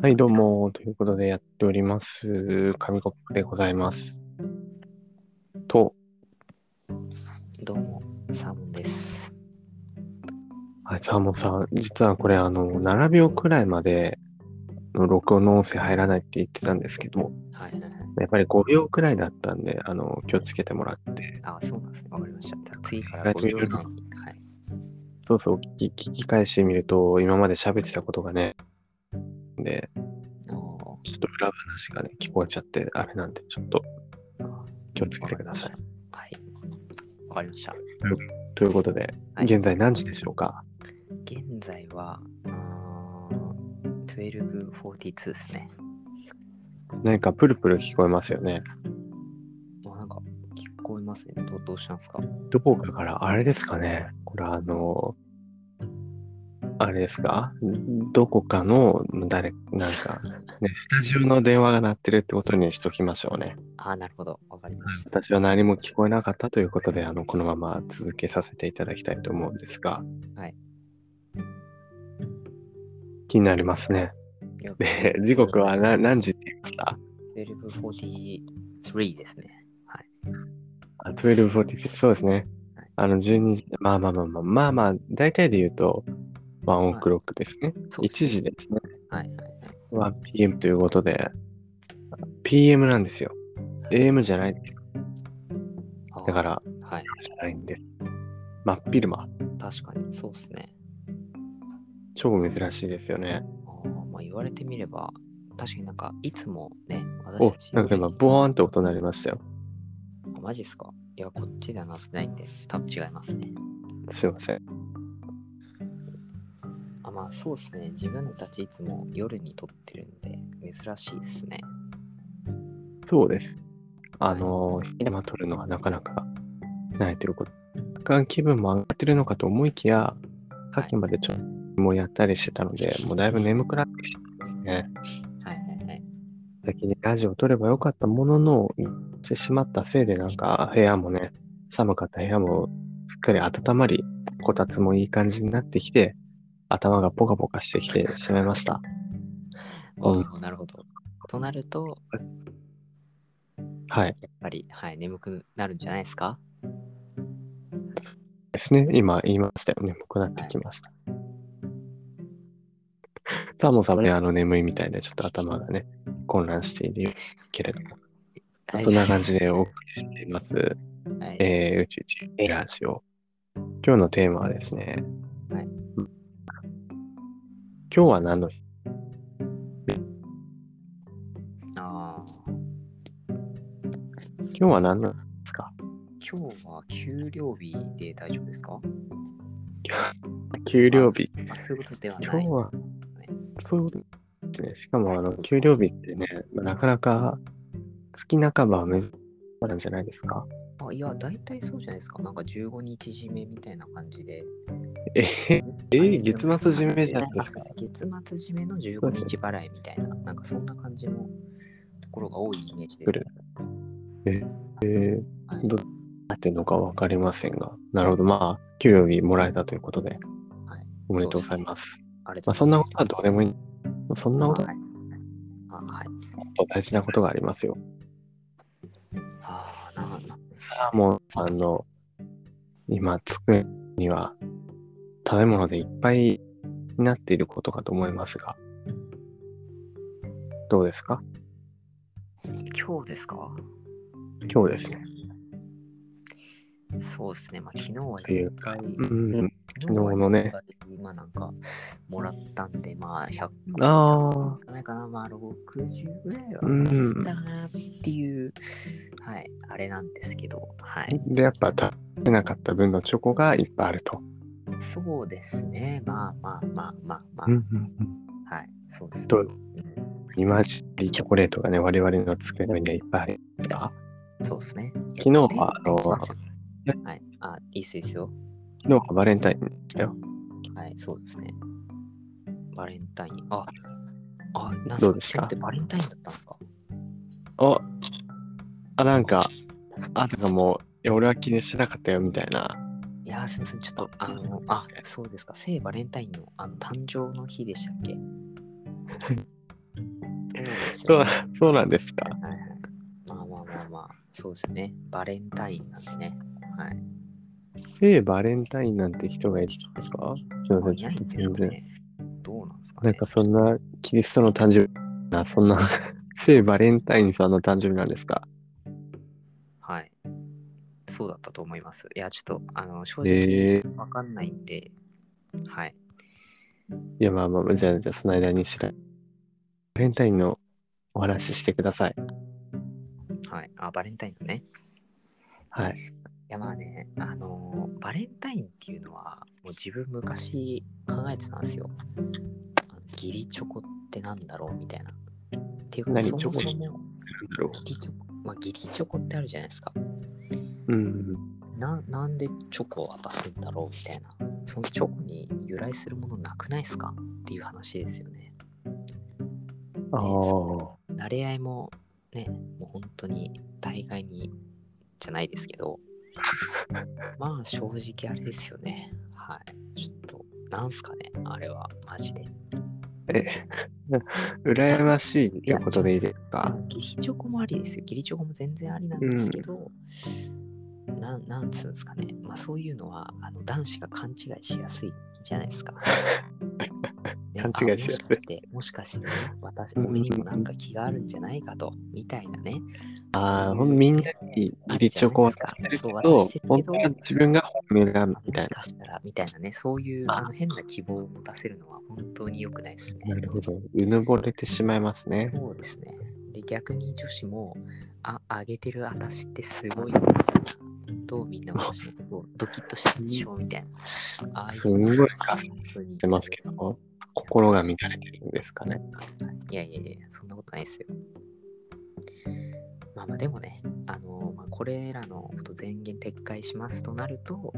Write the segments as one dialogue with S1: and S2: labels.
S1: はい、どうも。ということでやっております。紙コップでございます。と、
S2: どうも、サーモンです。
S1: はい、サーモンさん、実はこれ、あの、7秒くらいまでの録音の音声入らないって言ってたんですけど、
S2: はいはいはい。
S1: やっぱり5秒くらいだったんで、あの、気をつけてもらって、
S2: あ、そうなんですね。わかりました。じゃあ次か
S1: は
S2: ら
S1: い
S2: 5秒間。はい。
S1: そうそう、聞き聞き返してみると、今まで喋ってたことがね、で、
S2: お
S1: ちょっと裏話がね、聞こえちゃって、あれなんで、ちょっと
S2: ーあ
S1: 気をつけてください。
S2: はい。わかりました。
S1: ということで、
S2: はい
S1: 現在何時でしょうか
S2: 現在は、あー1242ですね。
S1: 何かプルプル聞こえますよね。
S2: あ、なんか、聞こえますね。どどうしたんですか
S1: どこかから、あれですかね、これあの、あれですか、どこかの、誰、なんか、ね、スタジオの電話が鳴ってるってことにしときましょうね。
S2: あ、なるほど。わかりまし
S1: ス
S2: た。
S1: タジオ何も聞こえなかったということで、あの、このまま続けさせていただきたいと思うんですが、
S2: はい。
S1: 気になりますね。で、時刻はな何時って言いました
S2: 1243ですね。
S1: あ ?12.46、そうですね
S2: はい。
S1: あの、12時、まあまあまあまあ、まあまあ、大体で言うと、ワンオクロックですね。
S2: そうです
S1: 1
S2: ね
S1: 時ですね。
S2: はいはいはい。
S1: は PM ということで、PM なんですよ。AM じゃない。
S2: あー
S1: だか、ら、
S2: はい。
S1: じゃないんです。真っ昼間。
S2: 確かに、そうですね。
S1: 超珍しいですよね。
S2: あーまあ、言われてみれば、確かになんか、いつもね、私
S1: お
S2: たち、
S1: なんか今、ボーンって音鳴りましたよ。
S2: あマジですかいや、こっちではなってないんで、多分違いますね。
S1: すいません。
S2: あまあ、そうですね。自分たちいつも夜に撮ってるんで、珍しいですね。
S1: そうです。あのー、昼間撮るのはなかなかないということ。若干気分も上がってるのかと思いきや、さっきまでちょっともうやったりしてたので、もうだいぶ眠くなってきちゃったんですね。
S2: はいはいはい。
S1: 先にラジオを撮ればよかったものの、してしまったせいで、なんか部屋もね、寒かった部屋もすっかり温まり、こたつもいい感じになってきて、頭がポカポカしてきてしまいました。うん
S2: あーなるほど。となると、
S1: はい。
S2: やっぱり、はい、眠くなるんじゃないですか
S1: ですね。今言いましたよね。眠くなってきました。サーモンさんもね、あの眠いみたいで、ちょっと頭がね、混乱しているけれども、そんな感じでお送りしています。
S2: はい。
S1: えー、うちうちエラジオ。今日のテーマはですね、
S2: はい
S1: 今日は何の日
S2: あー
S1: 今日は何の日
S2: 今日は給料日で大丈夫ですか
S1: 給料日。
S2: あ、そういうことではな
S1: 今
S2: い
S1: 日。は、そういうことですね。しかも、あの、給料日ってね、なかなか月半ばは珍しいことなんじゃないですか。
S2: あいや、大体そうじゃないですか。なんか15日締めみたいな感じで。
S1: えーえ
S2: あ
S1: ー月末締めじゃないですか。
S2: あそう月末締めの15日払いみたいな、なんかそんな感じのところが多いイメージで
S1: く
S2: す
S1: る。え
S2: はい
S1: どー、ってのかわかりませんが、なるほど。まあ、給料日もらえたということで、
S2: はい
S1: おめでとうございます。
S2: あれ
S1: まあ、そんなことはどうでもいい。そんなことは
S2: はいあはい。
S1: 大事なことがありますよ。
S2: あーなんか
S1: サーモンさんの今机には食べ物でいっぱいになっていることかと思いますが、どうですか
S2: 今日ですか
S1: 今日ですね。
S2: そうですね。まあ、昨日は
S1: てい
S2: いうっぱい、
S1: うん。
S2: 昨は
S1: 昨日のね
S2: いっぱい。今なんかもらったんで、まあ100個
S1: ああ、
S2: じゃないかな。まあ60ぐらいは。
S1: うん。
S2: だなっていう、はい、あれなんですけど、はい。
S1: で、やっぱ食べなかった分のチョコがいっぱいあると。
S2: そうですね。まあまあまあまあまあ、
S1: うんうんうん。
S2: はい。そうですね。
S1: どう
S2: うん
S1: 今チョコレートがね、我々の机の上にはいっぱいありますが、
S2: そうですね。
S1: 昨日は
S2: え
S1: あの
S2: すいませんはい。あ、いいっすよいいですよ。
S1: 昨日はバレンタインでしたよ。
S2: はい、そうですね。バレンタイン。あ、あ、なん
S1: ど
S2: か
S1: うでした
S2: 昨日ってバレンタインだったんですか
S1: あ、あ、なんか、あたかも、いや、俺は気にしてなかったよ、みたいな。
S2: いやー、すみません。ちょっと、あの、あ、そうですか。聖バレンタインのあの誕生の日でしたっけそうです
S1: そうな
S2: よね。
S1: そうなんですか。
S2: はいはい。まあまあまあまあ、そうですね。バレンタインなんでね。はい。
S1: 聖バレンタインなんて人がいるんですかすいませ
S2: まあ
S1: ん、
S2: い
S1: ちょっ
S2: ない
S1: と
S2: んです
S1: 全
S2: か
S1: 然。
S2: ね。どうなんですか
S1: な
S2: ね。
S1: んかそんなキリストの誕生日な、そんな 聖バレンタインさんの誕生日なんですか
S2: はい。そうだったと思います。いや、ちょっと、あの、正
S1: え
S2: 直、わかんないんで、はい。
S1: いや、まあまあまあ、じゃあ、じゃあその間にしら、バレンタインのお話ししてください。
S2: はい。あ、バレンタインのね。
S1: はい。
S2: いやまあね、あのーバレンタインっていうのは、もう自分昔考えてたんですよ。あの義理チョコってなんだろうみたいな。っていうか、
S1: 何
S2: そもそも
S1: チョコ
S2: 義
S1: だろ
S2: 理チョコ、まあ、義理チョコってあるじゃないですか。
S1: う。うん。
S2: ななんでチョコを渡すんだろうみたいな。そのチョコに由来するものなくないですかっていう話ですよね。
S1: ああ。
S2: 慣れ合いもね、もう本当に大概にじゃないですけど、まあ正直あれですよね。はい。ちょっと、なんすかね、あれは、マジで。
S1: え、 羨ましいってことでいいですか
S2: 義理チョコもありですよ。義理チョコも全然ありなんですけど、なん、なんつうんですかね。まあそういうのは、あの男子が勘違いしやすいじゃな いですか。ね
S1: 勘違いしやすい
S2: あもしかして、もしかしてね、私、俺にもなんか気があるんじゃないかと、みたいなね。
S1: ああ、ほんみんなに義理チョコを渡してるけど、本当は自分が本命なんみ
S2: も
S1: たい
S2: しかしたらみたいなね、そういう
S1: あ
S2: あの変な希望を持たせるのは本当に良くないですね。
S1: な。なるほど。うぬぼれてしまいますね。
S2: そうですね。で、逆に女子も、あ、あげてる私ってすごい。どうみんな私のことをドキッとしたでしょうみたいな。ああ
S1: すんごい
S2: あ
S1: 焦
S2: 本に
S1: ってますけど、心が乱れてるんですかね。
S2: いやいやいや、そんなことないですよ。まあまあでもね、あのまあ、これらのこと全言撤回しますとなると、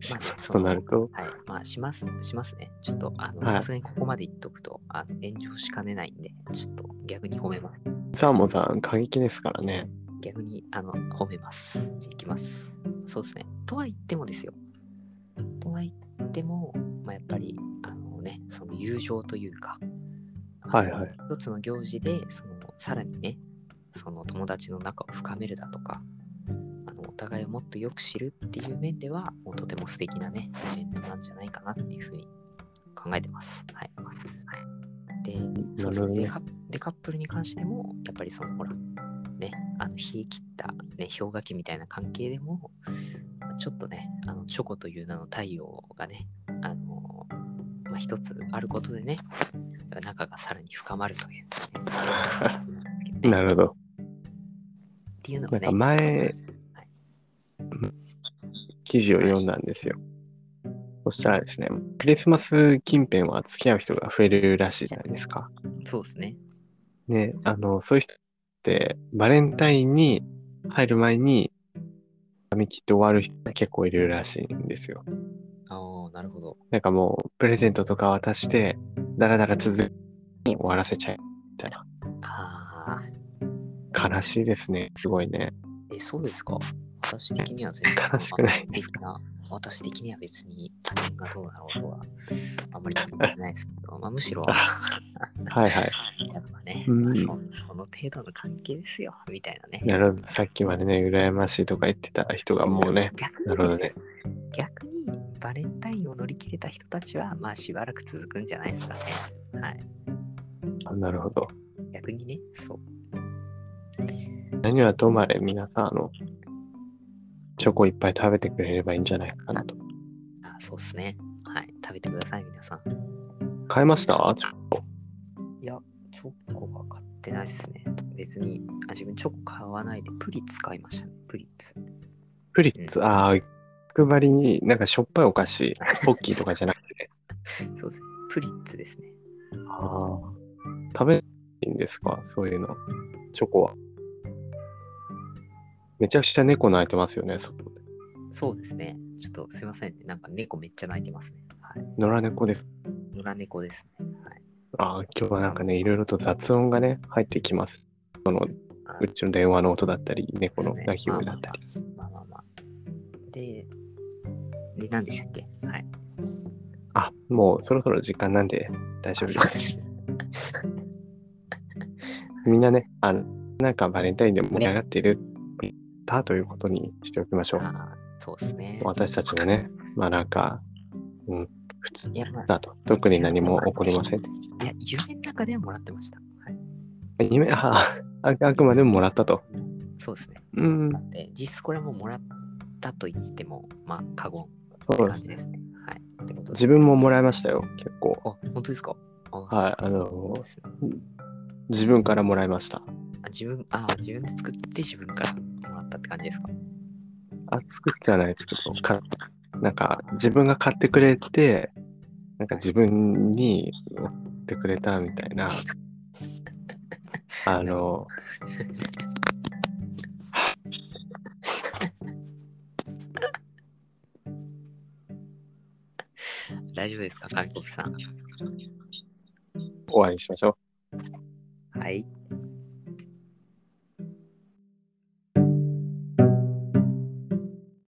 S1: しますとなると、
S2: はい、まあします、しますね。ちょっと、あの、
S1: はい
S2: さすがにここまで言っとくと、あの炎上しかねないんで、ちょっと逆に褒めます。
S1: サーモンさん、過激ですからね。
S2: 逆に、あの、褒めます。いきます。そうですね。とは言ってもですよ。とは言っても、まあやっぱり、あのね、その友情というか、
S1: はいはい。
S2: 一つの行事でそのさらにねその友達の仲を深めるだとかあのお互いをもっとよく知るっていう面ではもうとても素敵なねイベントなんじゃないかなっていうふうに考えてます。はい。はい、でそうで
S1: なるほ
S2: す
S1: ど
S2: ね
S1: ね
S2: でカップでカップルに関してもやっぱりそのほらねあの冷え切った、ね、氷河期みたいな関係でもちょっとねあのチョコという名の太陽がねあの、まあ、一つあることでね仲がさらに深まるというですね。
S1: なるほど。
S2: っていうの
S1: な
S2: が
S1: ん
S2: ね。
S1: か前、記事を読んだんですよ。そしたらですね、クリスマス近辺は付き合う人が増えるらしいじゃないですか。
S2: そうですね。
S1: ね、あの、そういう人って、バレンタインに入る前に、髪切って終わる人が結構いるらしいんですよ。
S2: ああ、なるほど。
S1: なんかもう、プレゼントとか渡して、だらだら続くに終わらせちゃうみたいな。
S2: ああ、
S1: 悲しいですね。すごいね。
S2: え、そうですか。私的には全然
S1: 悲しくないです
S2: まあ別な私的には別に他人がどうなろうとは、あんまり気になってないですけ ど、まあ、むしろ、
S1: はいはい。
S2: やっぱね、
S1: うん
S2: まあそ、その程度の関係ですよ、みたいなね。
S1: なるほど。さっきまでね、羨ましいとか言ってた人がもうね、
S2: 逆
S1: なる
S2: に
S1: ほど
S2: です
S1: ね
S2: よ。逆にバレンタインを乗り切れた人たちは、まあしばらく続くんじゃないですかね。はい。
S1: あなるほど。
S2: 逆にね、そう。
S1: 何はともあれ、皆さん、あの、チョコいっぱい食べてくれればいいんじゃないかなと。
S2: あそうっすね。はい。食べてください、皆さん。
S1: 買えましたチョコ。
S2: いや、チョコは買ってないっすね。別に、あ自分チョコ買わないで、プリッツ買いましたね。プリッツ。
S1: プリッツ、ああ、くばりになんかしょっぱいお菓子、ポッキーとかじゃなくてね。
S2: そうですね。プリッツですね。
S1: ああ。食べないんですかそういうの。チョコは。めちゃくちゃ猫鳴いてますよね、そこで。
S2: そうですね。ちょっとすいませんね。なんか猫めっちゃ鳴いてますね。はい。
S1: 野良猫です。
S2: 野良猫ですね。
S1: ああ、今日はなんかね、いろいろと雑音がね、入ってきます。
S2: はい。
S1: うちの電話の音だったり、猫の
S2: そうですね
S1: 鳴き声だったり。
S2: まあまあまあ。で、で、何でしたっけはい。
S1: あ、もうそろそろ時間なんで大丈夫です。みんなね、あの、なんかバレンタインで盛り上がっている、だということにしておきましょう。
S2: あーそうですね。
S1: 私たちがね、まあなんか、うん、普通
S2: いや、まあ、
S1: だと、特に何も起こりません。
S2: いや、夢の中ではもらってました。はい、
S1: 夢、ああ、 あくまでももらったと。
S2: そうですね。
S1: うん
S2: だ、って、実質これはもうもらったと言っても、まあ、過言って
S1: そう
S2: 感
S1: です
S2: じ
S1: ね。
S2: ですね。はい。ってことで
S1: 自分ももらいましたよ、結構。
S2: あ、本当ですかあ
S1: はい、あ
S2: そう
S1: の
S2: で、すね
S1: 自分からもらいました。
S2: あ自分、あ、自分で作って自分からもらったって感じですか
S1: あ、作ってはないですけど、かなんか自分が買ってくれて、なんか自分に送ってくれたみたいな、あの、
S2: 大丈夫ですか、韓国さん。
S1: 終わりにしましょう。
S2: はい。